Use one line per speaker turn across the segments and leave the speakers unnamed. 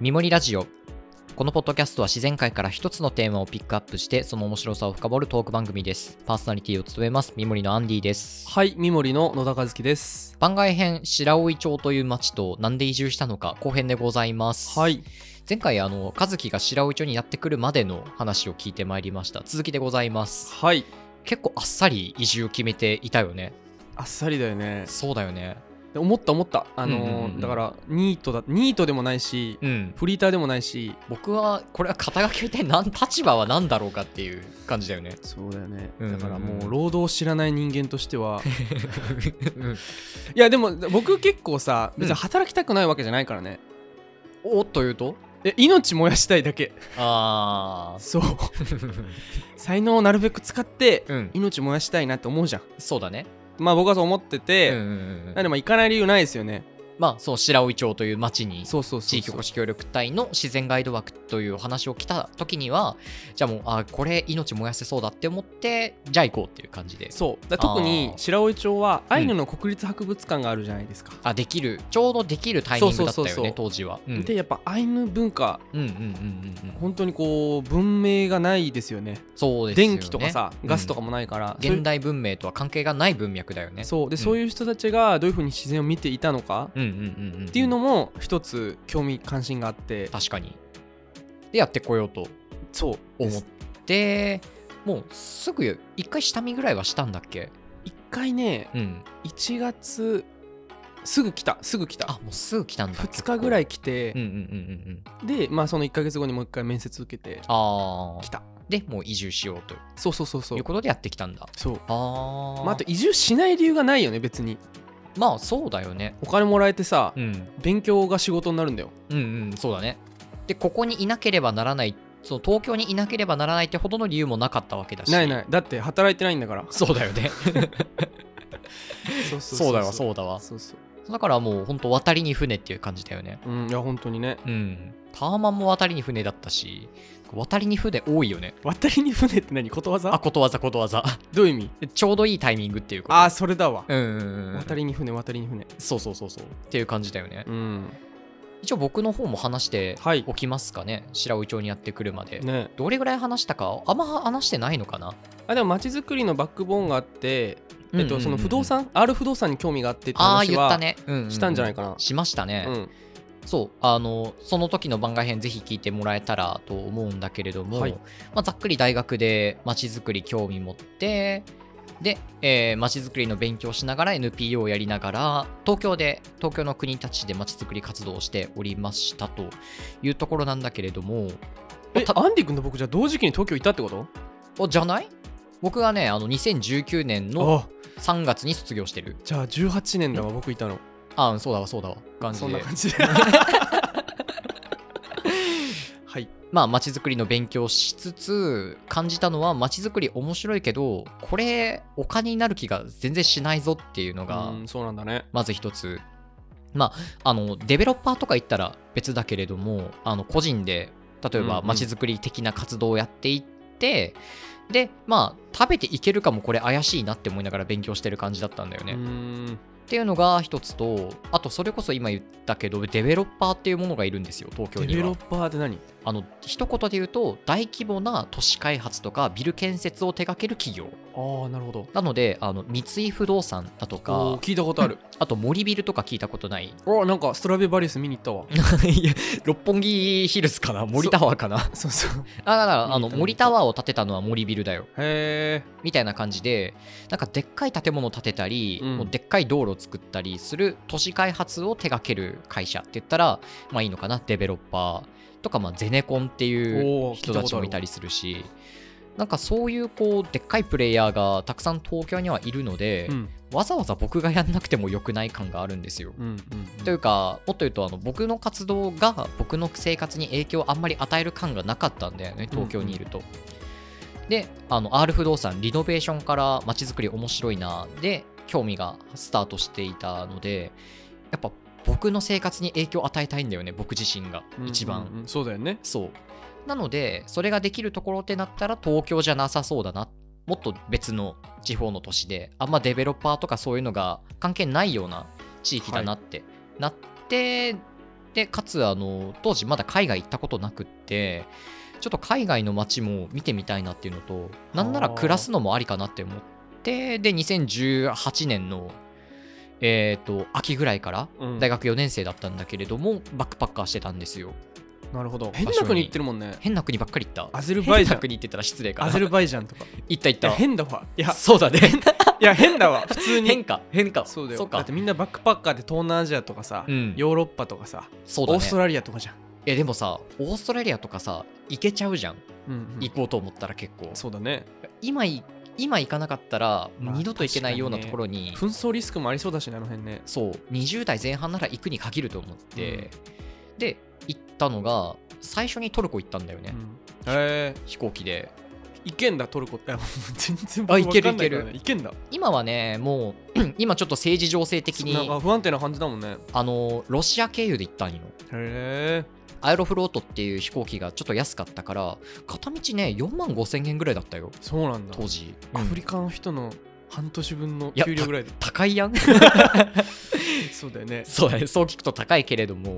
みもりラジオこのポッドキャストは自然界から一つのテーマをピックアップしてその面白さを深掘るトーク番組ですパーソナリティを務めますみもりのアンディです
はい、三森の野田和樹です。
番外編白老町という町となんで移住したのか後編でございます、
はい、
前回あの和樹が白老町にやってくるまでの話を聞いてまいりました続きでございます
はい、
結構あっさり移住を決めていたよね
あっさりだよね。
そうだよね
で思った思った、あのー
うんうんうん
だからニートだ、ニートでもないし、
うん
フリーターでもないし、
僕はこれは肩書きは一体何立場は何だろうかっていう感じだよ ね
そうだよね。
うんうんう
だ
ん
からもう労働を知らない人間としては、
うん
いやでも僕結構さ、別
うん
に働きたくないわけじゃないからね。
おっというと
え命燃やしたいだけ。
あ
そう、
ー
才能をなるべく使って、
うん
命燃やしたいなって思うじゃん。
そうだね
まあ僕はそう思ってて。
うんうんうん
なんでまあ行かない理由ないですよね。
まあそう白老町という町に
そうそうそ
地
うそう。
域おこし協力隊の自然ガイド枠というお話を来た時にはじゃあもうあこれ命燃やせそうだって思ってじゃあ行こうっていう感じで
そうだ特に
あー
白老町は
ん
アイヌの国立博物館があるじゃないですか、
あできるちょうどできるタイミングだったよね
そうそうそうそう
当時は、うん、
でやっぱアイヌ文化
うんうんうんうんうん
本当にこう文明がないですよね
そうですよね
電気とかさ、ガスとかもないから、そうい
現代文明とは関係がない文脈だよね
そうで、
ん
そういう人たちがどういうふうに自然を見ていたのか
うんうんうんうん、っ
っていうのも一つ興味関心があって
確かにでやってこようと
そう
思ってもうすぐ一回下見ぐらいはしたんだっけ
一回ね
うん
1月すぐ来たすぐ来
あ
た
もうすぐ来たんだ
2日ぐら
い
い来て
うん、うんうんうんうん
でまあその1ヶ月後にもう一回面接受けて
ああ
来た
でもう移住しようと
そうそうそうそ
いううことでやってきたんだ
そう
あー、
まあ、あと移住しない理由がないよね別に
まあそうだよね
お金もらえてさ、
うん
勉強が仕事になるんだよ
うんうんそうだねでここにいなければならないその東京にいなければならないってほどの理由もなかったわけだし
ないないだって働いてないんだから
そうだよね
そ う
そうだわそううだわ
そうそう
だからもう本当渡りに船っていう感じだよね
うんいや本当にね
うんタワマンも渡りに船だったし渡りに船多いよね
渡りに船って何ことわざ
あことわざことわざ
どういう意味
ちょうどいいタイミングっていうこと
ああそれだわ、
うんうんうんうん
渡りに船渡りに船
そうそうそうそうっていう感じだよね
うん
一応僕の方も話して
はい
おきますかね、白老町にやってくるまで、
ね
どれぐらい話したかあんま話してないのかな、
あでも街づくりのバックボーンがあって、えっ
うんうんうんう
と
ん
その不動産 R 不動産に興味があってって
ああ
話
言っ
は
たね、うんうう
したんじゃないかな
しました
う
ね、
ん
そうあのその時の番外編ぜひ聞いてもらえたらと思うんだけれども、
はい
まあ、ざっくり大学でまちづくり興味持ってで、えー、街づくりの勉強しながら NPO をやりながら東京で東京の国たちでまちづくり活動をしておりましたというところなんだけれども
え
た
アンディ君と僕じゃあ同時期に東京行ったってこと
おじゃない僕はねあの2019年の
あ
3月に卒業してる
じゃあ18年だわ僕いたの
あうんそうだわそうだわ感じ
そんな
で
感じではい
まあ街づくりの勉強をしつつ感じたのは街づくり面白いけどこれお金になる気が全然しないぞっていうのが
うんそうなんだね
まず一つまああのデベロッパーとか言ったら別だけれどもあの個人で例え
うん
ば
うん
街づくり的な活動をやっていって、でまあ食べていけるかもこれ怪しいなって思いながら勉強してる感じだったんだよね、
うーん
っていうのが一つとあとそれこそ今言ったけどデベロッパーっていうものがいるんですよ東京
デ
に
ベロッ
は
パーって何
あの一言で言うと大規模な都市開発とかビル建設を手掛ける企業
ああなるほど
なのであの三井不動産だと
お
か
ー聞いたこ とある
あと森ビルとか聞いたことない
おーなんかストラベバリウス見に行ったわ
いや六本木ヒルズかな森タワーかな
そうそう
あだからあの
見た
森タワーを建てたのは森ビルだよ
へえ
みたいな感じでなんかでっかい建物建てたり、
うん
もうでっかい道路を作ったりする都市開発を手掛ける会社って言ったらまあいいのかなデベロッパーとか、まあ、ゼネコンってい
お
う
ー聞
人
いた
た
こ
ち
とあ
も
る
いたりするしなんかそういうこうでっかいプレイヤーがたくさん東京にはいるので、
うん
わざわざ僕がやんなくても良くない感があるんですよ。
うんうん
というかもっと言うとあの僕の活動が僕の生活に影響をあんまり与える感がなかったんだよね東京にいると。であの R 不動産リノベーションからまちづくり面白いなで興味がスタートしていたのでやっぱ僕の生活に影響を与えたいんだよね僕自身が
うん
一番。
うんうんそうだよね
そうなのでそれができるところってなったら東京じゃなさそうだなもっと別の地方の都市であんまデベロッパーとかそういうのが関係ないような地域だなって、なってでかつあの当時まだ海外行ったことなくってちょっと海外の街も見てみたいなっていうのとなんなら暮らすのもありかなって思ってで2018年のえっ、と秋ぐらいから
うん
大学4年生だったんだけれども、バックパッカーしてたんですよ
なるほど変な国行ってるもんね
変な国ばっかり行った
アゼルバイジャ
変
ン
な国行ってたら失礼か
ア
な
ゼルバイジャンとか
行った行っ
い
た
や変だわいや
そうだね
いや変だわ普通に
変か変か
そうだよだっ
か
てみんなバックパッカーで東南アジアとかさ、
うん
ヨーロッパとかさ、
そうだ
オ
ね
ーストラリアとかじゃん、
いやでもさオーストラリアとかさ行けちゃうじゃん
うんうん
行こうと思ったら結構、
そうだね
今い今行かなかったら
まあ
二度と行けないような
確かにね
ところに,、
紛争リスクもありそうだしねあの辺ね
そう20代前半なら行くに限ると思って、で行ったのが最初にトルコ行ったんだよね、
うんへえ
飛行機で
行けんだト ルコってあもう全然
あいける
わかんないからね行けんだ
今はねもう 今ちょっと政治情勢的
そんなんか
に
不安定な感じだもんねへ
あのロシア経由で行ったんよ
え
アエロフロートっていう飛行機がちょっと安かったから片道ね4万5千円ぐらいだったよ
そうなんだ
当時、
アフ
うん
リカの人の半年分の
いや
給料ぐらいだ
高い やん
そうだよね
そうだね、そう聞くと高いけれども、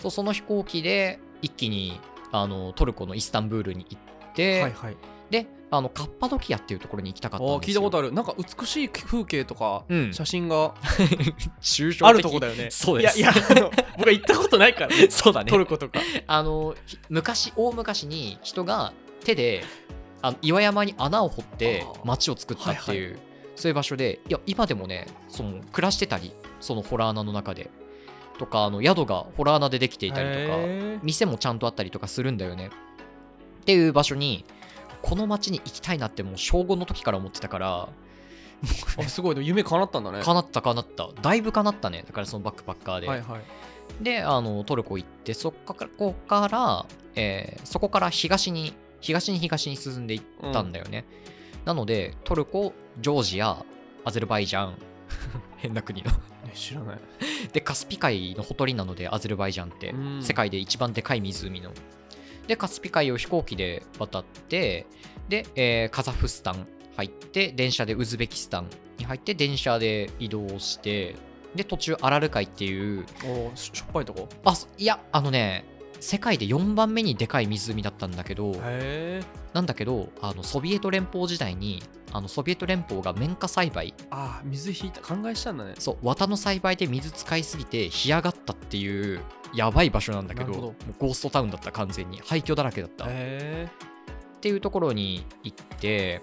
そうその飛行機で一気にあのトルコのイスタンブールに行って、
はいはい
であのカッパドキアっていうところに行きたか
あ
ったんで
聞い
す
た
よ。
ことあるなんか美しい風景とか、
うん
写真が
抽象的
あるとこだよね
そうです
いやいやあの僕は行ったことないから、ね、
そうだ ね
トルコとか
あのひ昔大昔に人が手であの岩山に穴を掘って
あー
町を作ったっていう、
はい
そういう場所でいや今でもねその暮らしてたりそのホラー穴の中でとかあの宿がホラー穴でできていたりとか。
へー
店もちゃんとあったりとかするんだよねっていう場所にこの町に行きたいなってもう小5の時から思ってたから
あすごいでも夢叶ったんだね
叶った叶っただいぶ叶ったねだからそのバックパッカーで、
はいはい
であのトルコ行ってそこからここから、えーそこから東に東に東に進んでいったんだよね、なのでトルコジョージアアゼルバイジャン 変な国の
ね知らない
でカスピ海のほとりなのでアゼルバイジャンって、
うん
世界で一番でかい湖のでカスピ海を飛行機で渡ってで、えーカザフスタン入って電車でウズベキスタンに入って電車で移動してで途中アラル海っていう
おーししょっぱいとこ
あそいやあのね世界で4番目にでかい湖だったんだけど
へえ
なんだけどあのソビエト連邦時代にあのソビエト連邦が綿花栽培
あー水引いた考えしたんだね
そう綿の栽培で水使いすぎて干上がったっていうやばい場所なんだけど
なるほど
もうゴーストタウンだった完全に廃墟だらけだった、っ
へ
ていうところに行って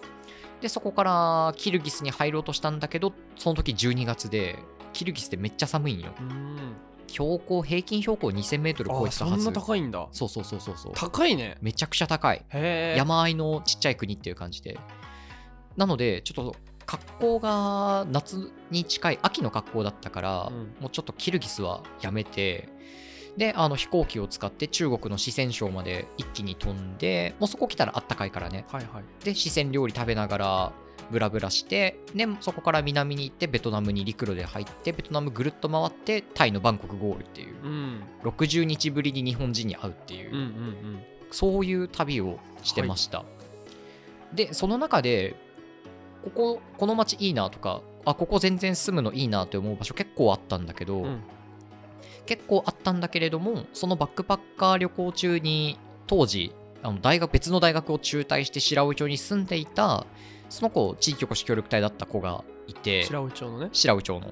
でそこからキルギスに入ろうとしたんだけどその時12月でキルギスってめっちゃ寒いんよ
えうん
標高平均標高 2000m
あ
超えて
ー
た
そ
は
ん
ず
な高いんだ
そうそうそうそうそう
高いね
めちゃくちゃ高い
へえ
山あいのちっちゃい国っていう感じでなのでちょっと格好が夏に近い秋の格好だったから、
うん
もうちょっとキルギスはやめてであの飛行機を使って中国の四川省まで一気に飛んでもうそこ来たらあったかいからね
はいはい
で四川料理食べながらブラブラしてでそこから南に行ってベトナムに陸路で入ってベトナムぐるっと回ってタイのバンコクゴールっていう
うん
60日ぶりに日本人に会うっていう、
うんうん
そういう旅をしてました。で、その中で、ここ、この街いいなとか、あ、ここ全然住むのいいなって思う場所結構あったんだけど、
うんうん
結構あったんだけれども、そのバックパッカー旅行中に、当時、あの大学別の大学を中退して白老町に住んでいた、その子、地域おこし協力隊だった子がいて、
白老町のね
白老町の。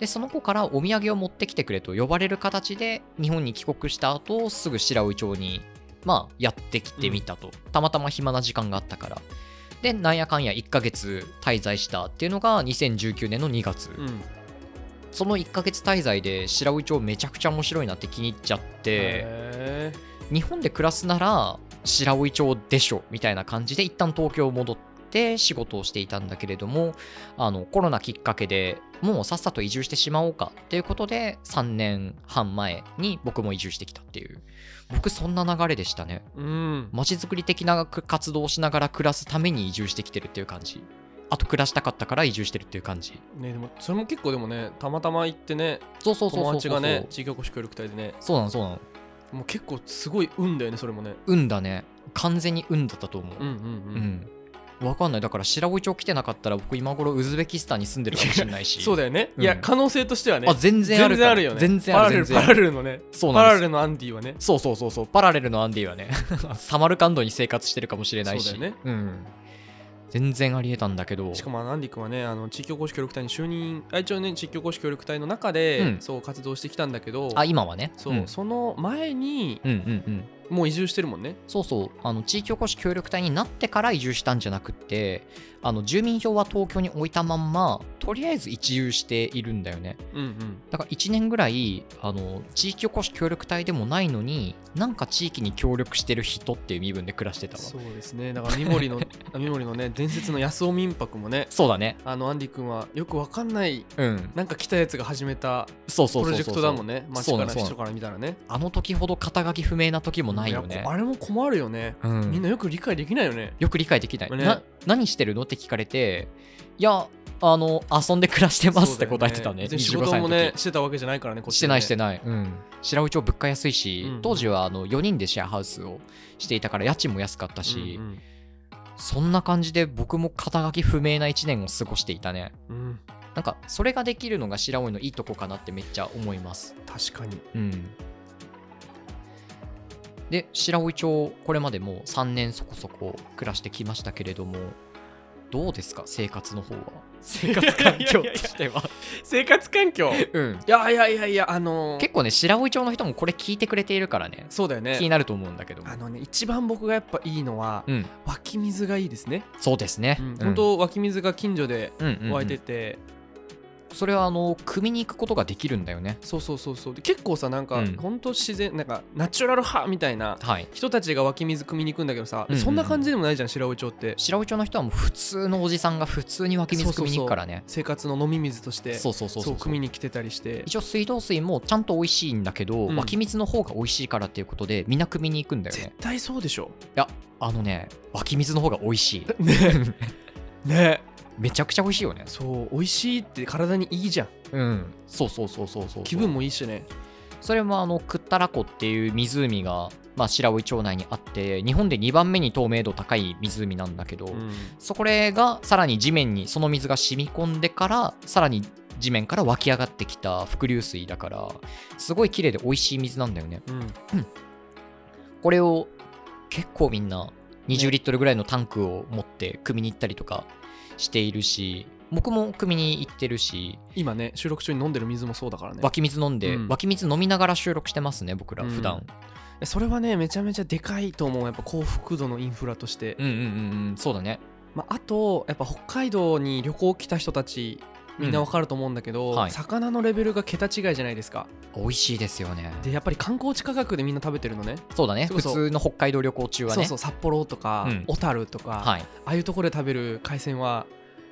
で、その子からお土産を持ってきてくれと呼ばれる形で、日本に帰国した後、すぐ白老町に、まあ、やってきてみたと。たまたま暇な時間があったから。で、なんやかんや1ヶ月滞在したっていうのが2019年の2月。
うん
その1ヶ月滞在で白老町めちゃくちゃ面白いなって気に入っちゃって、
へえ
日本で暮らすなら白老町でしょみたいな感じで一旦東京戻って仕事をしていたんだけれどもあのコロナきっかけでもうさっさと移住してしまおうかっていうことで3年半前に僕も移住してきたっていう僕そんな流れでしたね
うん
街づくり的な活動をしながら暮らすために移住してきてるっていう感じあと暮らしたかったから移住してるっていう感じ
ねでもそれも結構でもねたまたま行ってね
そうそうそうそう
友達
そう
がね地域おこし協力隊でね
そうなのそうなの
もう結構すごい運だよねそれもね
運だね完全に運だったと思う
うんうんう
うんん、わかんないだから白老町来てなかったら僕今頃ウズベキスタンに住んでるかもしれないし
そうだよね、
うん
いや可能性としてはね
あ全然ある
全然あるよね
全然
パ
あ
ラレ
る全
ル
然
パ
あ
ラ
る
レルのね
そう
パ
なんで
ラレ
す
ルのアンディはね
そうそうそうそうパラレルのアンディはね サマルカンドに生活してるかもしれないし
そうだよね
うん、全然ありえたんだけど
しかもあのアンディ君はねあの地域おこし協力隊に就任あ一応ね地域おこし協力隊の中で、
うん
そう活動してきたんだけど
あ今はね
そう、
ん
その前に
うんうんうん
もう移住してるもんね
そうそうあの地域おこし協力隊になってから移住したんじゃなくてあの住民票は東京に置いたまんまとりあえず一遊しているんだよね
うんうん
だから1年ぐらいあの地域おこし協力隊でもないのになんか地域に協力してる人っていう身分で暮らしてたわそ
そううですねだから三森 のあ三森のね伝説の安尾民泊もね
だね
あのアンディ君はよくわかんない
うん
なんか来たやつが始めた
そうそうそうそう
プロジェクトだもんね
そうな
街か
の
ら
そうなの
人から見たらね
あの時ほど肩書き不明な時もないよ
や
ね
こあれも困るよね、
うん
みんなよく理解できないよね
よく理解できない、
ね
な何してるのって聞かれていやあの遊んで暮らしてますって答えてたね
そうだよ別に仕
25歳の
事も
時
ねしてたわけじゃないからねこっち
してないしてない、うん、白老町物価安いし、
うん
当時はあの4人でシェアハウスをしていたから家賃も安かったし、
うん
そんな感じで僕も肩書き不明な1年を過ごしていたね
うんうん
なんかそれができるのが白老のいいとこかなってめっちゃ思います
確かに
うんで白老町これまでも3年そこそこ暮らしてきましたけれどもどうですか生活の方は生活環境としては
生活環境
うん
いやいやいやいやあのー
結構ね白老町の人もこれ聞いてくれているからね
そうだよね
気になると思うんだけども
あのね一番僕がやっぱいいのは、
うん、
湧き水がいいですね、
そうですね。
うん本当湧き水が近所で
うん、うんうんうん
湧いてて、
それはあの組に行くことができるんだよね。
そうそうそうそうで結構さなんか、
うん
本当自然なんかナチュラル派みたいな
はい。
人たちが湧き水汲みに行くんだけどさ、
うんうんうん
そんな感じでもないじゃん白老町って
白老町の人はもう普通のおじさんが普通に湧き水汲みに行くからね。
生活の飲み水として
そうそうそうそう。
汲みに来てたりして
一応水道水もちゃんと美味しいんだけど、
うん
湧き水の方が美味しいからっていうことでみんな汲みに行くんだよ
絶
ね。
対そうで しょ
あのね湧き水の方が美味しい。
ねね
めちゃくちゃ美味しいよね。
そう美味しいって体にいいじゃん
うん。そうそうそうそうそうそう。
気分もいいしね
それもあのクッタラ湖っていう湖が、まあ、白老町内にあって日本で2番目に透明度高い湖なんだけど、
うん
そこれがさらに地面にその水が染み込んでからさらに地面から湧き上がってきた伏流水だからすごい綺麗で美味しい水なんだよね
うん
これを結構みんな20リットルぐらいのタンクを持って汲みに行ったりとかしているし僕も汲みに行ってるし
今ね収録中に飲んでる水もそうだからね
湧き水飲んで、
うん
湧き水飲みながら収録してますね僕ら普段、
それはねめちゃめちゃでかいと思うやっぱ幸福度のインフラとして、
うん、うんうんうんそうだね
まあ、あとやっぱ北海道に旅行来た人たちみんなわかると思うんだけど、
うんはい
魚のレベルが桁違いじゃないですか
美味しいですよね
でやっぱり観光地価格でみんな食べてるのね
そうだね
そうそう
普通の北海道旅行中は
そう
ね
そう札幌とか
うん
小樽、とか、
はい
ああいうところで食べる海鮮は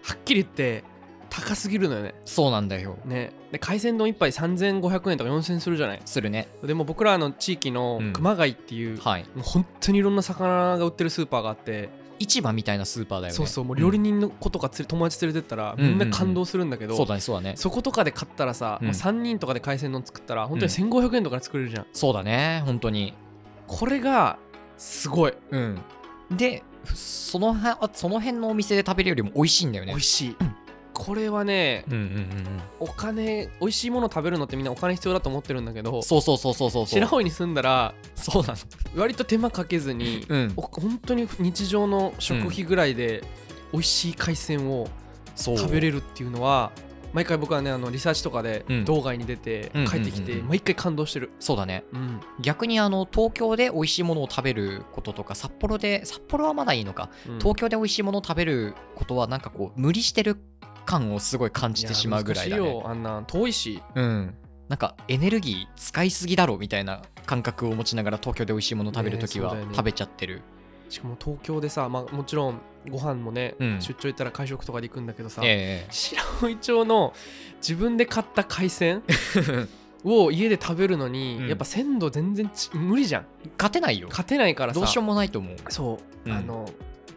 はっきり言って高すぎるのよね
そうなんだよ
ねで海鮮丼1杯3500円とか4000円するじゃない
するね
でも僕らの地域の
うん
熊谷っていう、
はい
もう本当にいろんな魚が売ってるスーパーがあって、
市場みたいなスーパーだよね
そうそうもう料理人の子とかつれ友達連れてったらみんな感動するんだけ
うん
ど、
そうだねそうだね
そことかで買ったらさ、
うん
まあ3人とかで海鮮丼作ったら本当に1500円とかで作れるじゃん、
そうだね本当に
これがすごい
うんでその辺あその辺のお店で食べるよりも美味しいんだよね
美味しい、これはね
うんうんうん
お金美味しいもの食べるのってみんなお金必要だと思ってるんだけど
うんそうそうそうそうそうそう
白老に住んだら
そうなの
割と手間かけずに
うん
お本当に日常の食費ぐらいで美味しい海鮮を
そう
食べれるっていうのは毎回僕はねあのリサーチとかで
うん
道外に出て
うん
帰って
う
き
んうん
て
うん
毎回感動してる、
そうだね
うん
逆にあの東京で美味しいものを食べることとか札幌で札幌はまだいいのか
うん
東京で美味しいものを食べることはなんかこう無理してる感をすごい感じてしまうぐらいだ
や難し
ね
よあんな遠いし
うんなんかエネルギー使いすぎだろみたいな感覚を持ちながら東京で美味しいものを食べるときは
ねえそうだよね
食べちゃってる、
しかも東京でさ、まあ、もちろんご飯もね、
うん
出張行ったら会食とかで行くんだけどさ、
え
白老町の自分で買った 海鮮を家で食べるのに、
うん
やっぱ鮮度全然ち無理じゃん
え勝てないよ
勝てないからさ
どうしようもないと思う
そう、
うん
あの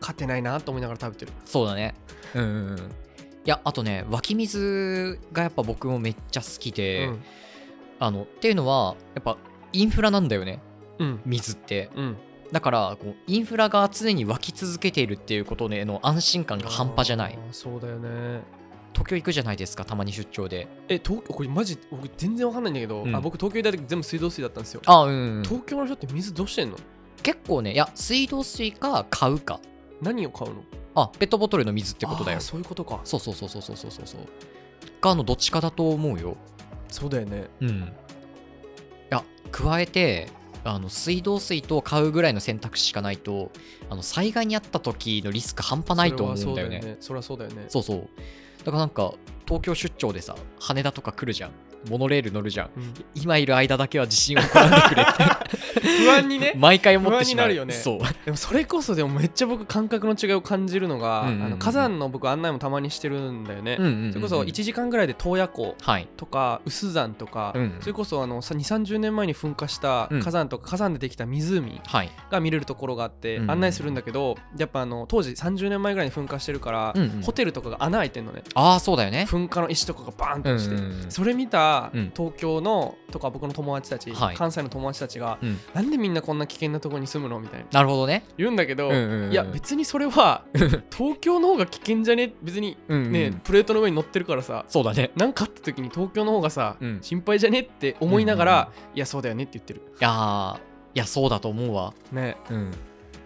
勝てないなと思いながら食べてる
そうだねうんうんうんいやあとね湧き水がやっぱ僕もめっちゃ好きで、
うん
あのっていうのはやっぱインフラなんだよね
うん
水って
うん
だからこうインフラが常に湧き続けているっていうことへの安心感が半端じゃない
あーそうだよね
東京行くじゃないですかたまに出張で
え東これマジ僕全然わかんないんだけど、
うん
あ僕東京いた時全部水道水だったんですよ
あうんうん、
東京の人って水どうしてんの
結構ねいや水道水か買うか
何を買うのっ
あペットボトルの水ってことだよ
そういうことか
そうそうそうそうそうそうそうそうかあのどっちかだと思うよ
そうだよね
うんいや加えてあの水道水と買うぐらいの選択肢しかないとあの災害にあった時のリスク半端ないと思うんだよね
それはそうだよねそ
そうそうだからなんか東京出張でさ羽田とか来るじゃんモノレール乗るじゃん
りゃそうだよね、
今いる間だけは地震起こらないでくれっ
うん不安に
て
ね
毎回思ってしまう
不安になるよね
そう
でもそれこそでもめっちゃ僕感覚の違いを感じるのが、
うんうんうん
あの火山の僕案内もたまにしてるんだよね、
うんうんうんうん
それこそ1時間ぐらいで洞爺湖
はい
とか薄山とか、
うん
それこそあの2 3 0年前に噴火した
うん
火山とか、火山でできた湖
はい
が見れるところがあって
うん
案内するんだけど、やっぱあの当時30年前ぐらいに噴火してるから、
うんうん
ホテルとかが穴開いてんのね
ああそうだよね
噴火の石とかがバーンと落ちて、
うんうんうん
それ見た
うん
東京のとか僕の友達たち、
はい
関西の友達たちが、
うん
なんでみんなこんな危険なところに住むのみたいな
なるほどね
言うんだけど、
うんうんうん
いや別にそ れは東京の方が危険じゃね別に
うんうん
ね、プレートの上に乗ってるからさ
そうだね
なんかあった時に東京の方がさ、
うん
心配じゃねって思いながら、いやそうだよねって言ってる
いやーいやそうだと思うわ
ね
うん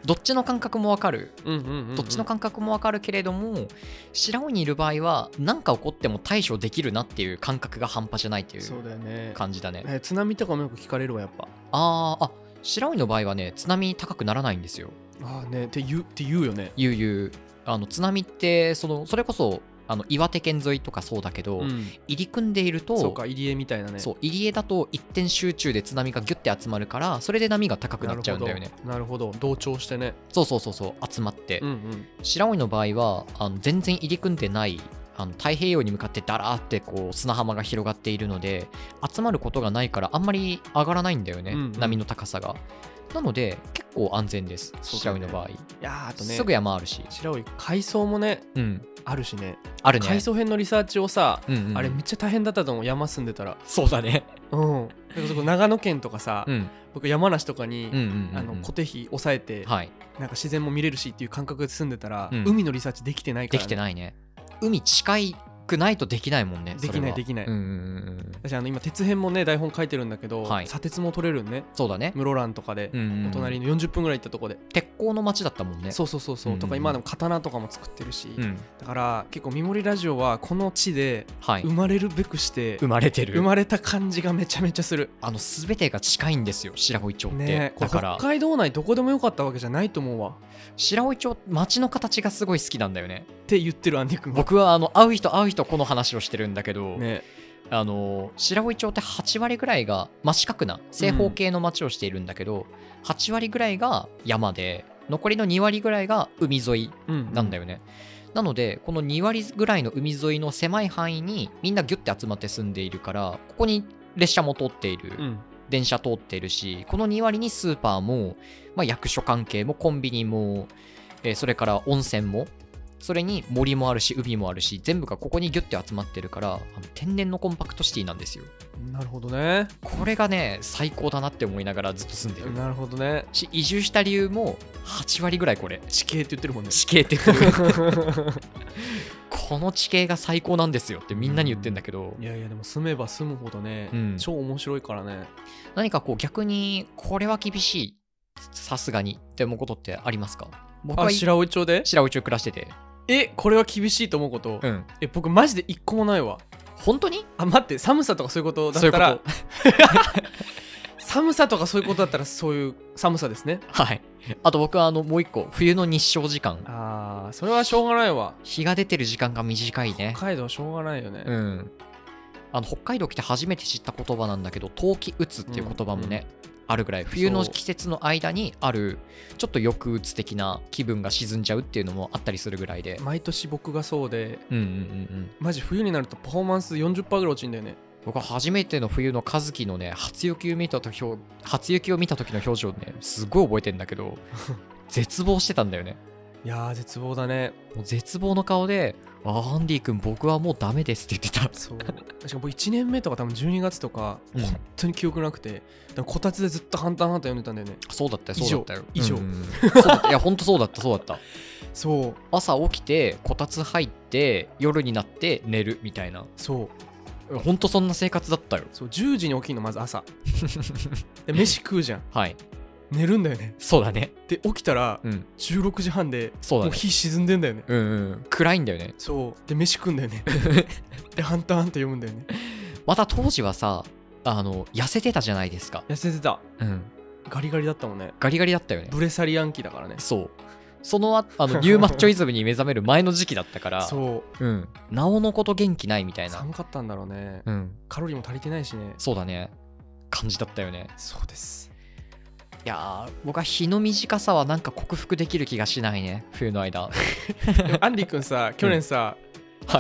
どっちの感覚もわかる
うんうんうんうん
どっちの感覚もわかるけれども、白尾にいる場合は何か起こっても対処できるなっていう感覚が半端じゃないってい
そう
う
だよね
感じだね
えー津波とかもよく聞かれるわやっぱ
あーあ白尾の場合はね津波高くならないんですよ
ああねって言うって言うよね
ゆうゆうあの津波ってそのそれこそあの岩手県沿いとかそうだけど、
ん、
入り組んでいると
そうか入江みたいなね
そう入り江だと一点集中で津波がギュッて集まるからそれで波が高くなっちゃうんだよね
なるほどなるほど同調してね
そうそうそうそう集まって、
うんうん
白老の場合はあの全然入り組んでないあの太平洋に向かってダラーってこう砂浜が広がっているので集まることがないからあんまり上がらないんだよね、
うんうん
波の高さがなので結構安全です、
そうだ
白
よ
老の
ね
場合、
いやーあとね
すぐ山あるし
白老海藻もね
うん
あるしね
あるね
海藻編のリサーチをさ、
うんうん
あれめっちゃ大変だったと思う山住んでたら
そうだね
うんだからそこ長野県とかさ、
うん
僕山梨とか
うんうん
に、
うんうん
あの固定費抑えて、
はい
なんか自然も見れるしっていう感覚で住んでたら、
うん
海のリサーチできてないか
で
ら
き
ね、
てないね海近いくないとできないもんね
できないで
き
きない、
うんうんうんうん
私あの今鉄編もね台本書いてるんだけど、
はい
砂鉄も取れるんね
そうだね
室蘭とかで、
うんうんうん
お隣の40分ぐらい行ったとこで、
鉄鋼の町だったもんね
そうそうそうそう、
うん
とか今でも刀とかも作ってるし、
うん
だから結構「みもりラジオ」はこの地で
はい
生まれるべくして、
生まれてる
生まれた感じがめちゃめちゃする
あの全てが近いんですよ白老町って、
ね
だか
北
ら
海道内どこでもよかったわけじゃないと思うわ
白老町町の形がすごい好きなんだよね
って言ってるアンディ君は
僕はあの会う人会う人この話をしてるんだけど、
ね
あの白老町って8割ぐらいが真四角な正方形の町をしているんだけど、8割ぐらいが山で残りの2割ぐらいが海沿いなんだ
よ
よね、なのでこの2割ぐらいの海沿いの狭い範囲にみんなギュッて集まって住んでいるからここに列車も通っている、
うん
電車通ってるしこの2割にスーパーも、まあ、役所関係もコンビニも、えーそれから温泉もそれに森もあるし海もあるし全部がここにギュッて集まってるからあの天然のコンパクトシティなんですよ
なるほどね
これがね最高だなって思いながらずっと住んでる
なるほどね
し移住した理由も8割ぐらいこれ
地形って言ってるもんね
地形って この地形が最高なんですよってみんなに言ってんだけど
いやいやでも住めば住むほどね、
うん
超面白いからね
何かこう逆にこれは厳しいさすがにって思うことってありますか僕は
あ白老町で
白老町暮らしてて
えこれは厳しいと思うこと、
うん
え僕マジで一個もないわ
本当に
あ待って寒さとかそういうことだった
そう
ら
いう
寒さとかそういうことだったらそういう寒さですね
はいあと僕はあのもう一個冬の日照時間
あーそれはしょうがないわ
日が出てる時間が短いね
北海道はしょうがないよね、
うんあの北海道来て初めて知った言葉なんだけど冬季うつっていう言葉もね、あるぐらい冬の
そう
季節の間にあるちょっと抑うつ的な気分が沈んじゃうっていうのもあったりするぐらいで、
毎年僕がそうで
うんうんうんうん
マジ冬になるとパフォーマンス40%ぐらい落ちんだよね
僕は初めての冬の和樹のね初雪を見たとき 初雪を見た時の表情ねすごい覚えてんだけど絶望してたんだよね
いやー絶望だね
もう絶望の顔で「あーアンディ君僕はもうダメです」って言ってた
そうしかも僕1年目とか多分12月とか
うん
本当に記憶なくて、だからこたつでずっと「ハンターハンター」読んでたんだよね
そうだったよそうだったよ
以上
うんうんそうだったいや本当そうだったそうだった
そう
朝起きてこたつ入って夜になって寝るみたいな
そう
本当そんな生活だった よ
そう10時に起きるのまず朝で飯食うじゃん
はい
寝るんだよね
そうだね
で起きたら
うん
16時半で
そうだ
も
ね
う日沈んでんだよね
うんうん暗いんだよね
そうで飯食うんだよ ねで「ハンターハンター」読むんだよね
また当時はさあの痩せてたじゃないですか、
痩せてた
うん、
ガリガリだったもんね
ガリガリだったよね
ブレサリアンキーだからね
そうそのああ のニューマッチョイズムに目覚める前の時期だったから
そう
うん、なおのこと元気ないみたいな、
寒かったんだろうね
うん、
カロリーも足りてないしね
そうだね感じだったよね
そう です
いやー僕は日の短さはなんか克服できる気がしないね冬の 間
でもアンディ君さ去年さ、
はい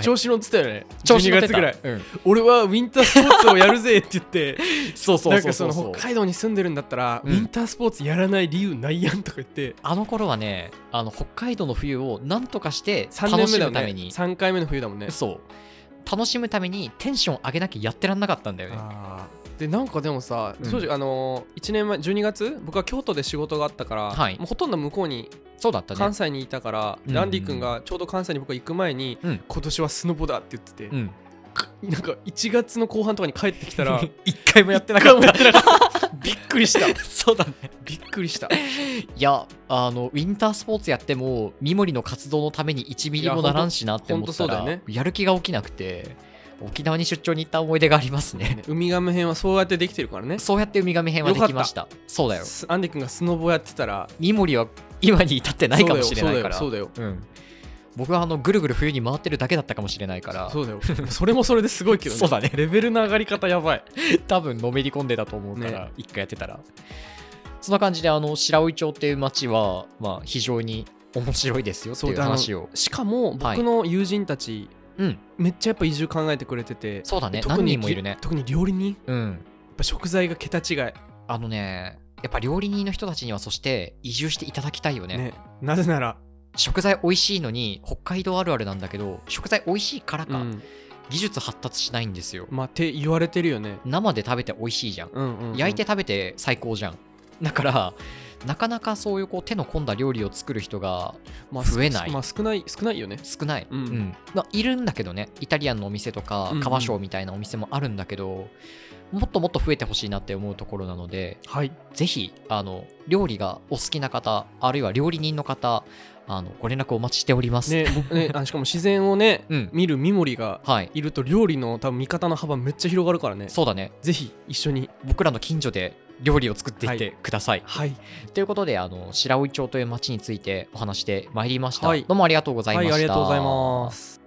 調子乗ってたよね
に乗って
12月
た
ぐらい
うん、
俺はウィンタースポーツをやるぜって言って
そうそ
な
うんそ
か
う
そ
そう
の
そう
北海道に住んでるんだったら、
うん
ウィンタースポーツやらない理由ないやんとか言って
あの頃はねあの北海道の冬をなんとかして
3
楽
年目
し
だ
む
よ
ため
ね
に、
3回目の冬だもんね
そう楽しむためにテンション上げなきゃやってらんなかったんだよね
あーでなんかでもさ
うん
正直、あのー1年前12月僕は京都で仕事があったから、
はい
もうほとんど向こうに
そうだったね
関西にいたから、
うん
ランディ君がちょうど関西に僕が行く前に、
うん
今年はスノボだって言ってて、
うん
なんか1月の後半とかに帰ってき たら
一回もやってなかった
びっくりした
そうだね
びっくりした
いやあのウィンタースポーツやっても三森の活動のために1ミリもならんしなって思った
いやほ
ら、
んとほんとそうだよね
やる気が起きなくて沖縄に出張に行った思い出がありますね
ねウミガメ編はそうやってできてるからね
そうやってウミガメ編はできましたそうだよ
スアンディ君がスノボやってたら
三森は今に至ってないかもしれないから
そうだよ
うん僕はあのぐるぐる冬に回ってるだけだったかもしれないから
そうだよそうだよそれ もそれですごいけどね
そうだね
レベルの上がり方やばい
多分のめり込んでたと思うから
ね
一、回やってたらそんな感じであの白老町っていう町は、まあ、非常に面白いですよっていう
だあの
話を
しかも僕の友人たち、
うん
めっちゃやっぱ移住考えてくれてて
そうだね
特
何
に
人もいるね
特に料理人や
うん
っぱ食材が桁違いね
あのね、やっぱ料理人の人たちにはそして移住していただきたいよね。
なぜなら、
食材美味しいのに、北海道あるあるなんだけど、食材美味しいから
う
か、
ん、
技術発達しないんですよ。
まあって言われてるよね、
生で食べて美味しいじゃん。
うんうんうん
焼いて食べて最高じゃん。だから、なかなかそういうこう手の込んだ料理を作る人が
まあ
増えない
まあ少ない少ないよね
少ない、
うん
まあいるんだけどねイタリアンのお店とか
うんうん
川賞みたいなお店もあるんだけど、もっともっと増えてほしいなって思うところなので
はい
ぜひあの料理がお好きな方あるいは料理人の方あのご連絡お待ちしております、
ね僕ねあしかも自然をね、
うん
見るミモリが
はい
いると料理の多分見方の幅めっちゃ広がるからね
そうだね
ぜひ一緒に
僕らの近所で料理を作っていってください、
はい
ということであの白老町という町についてお話してまいりました、
はい
どうもありがとうございま
は
した、
いありがとうございます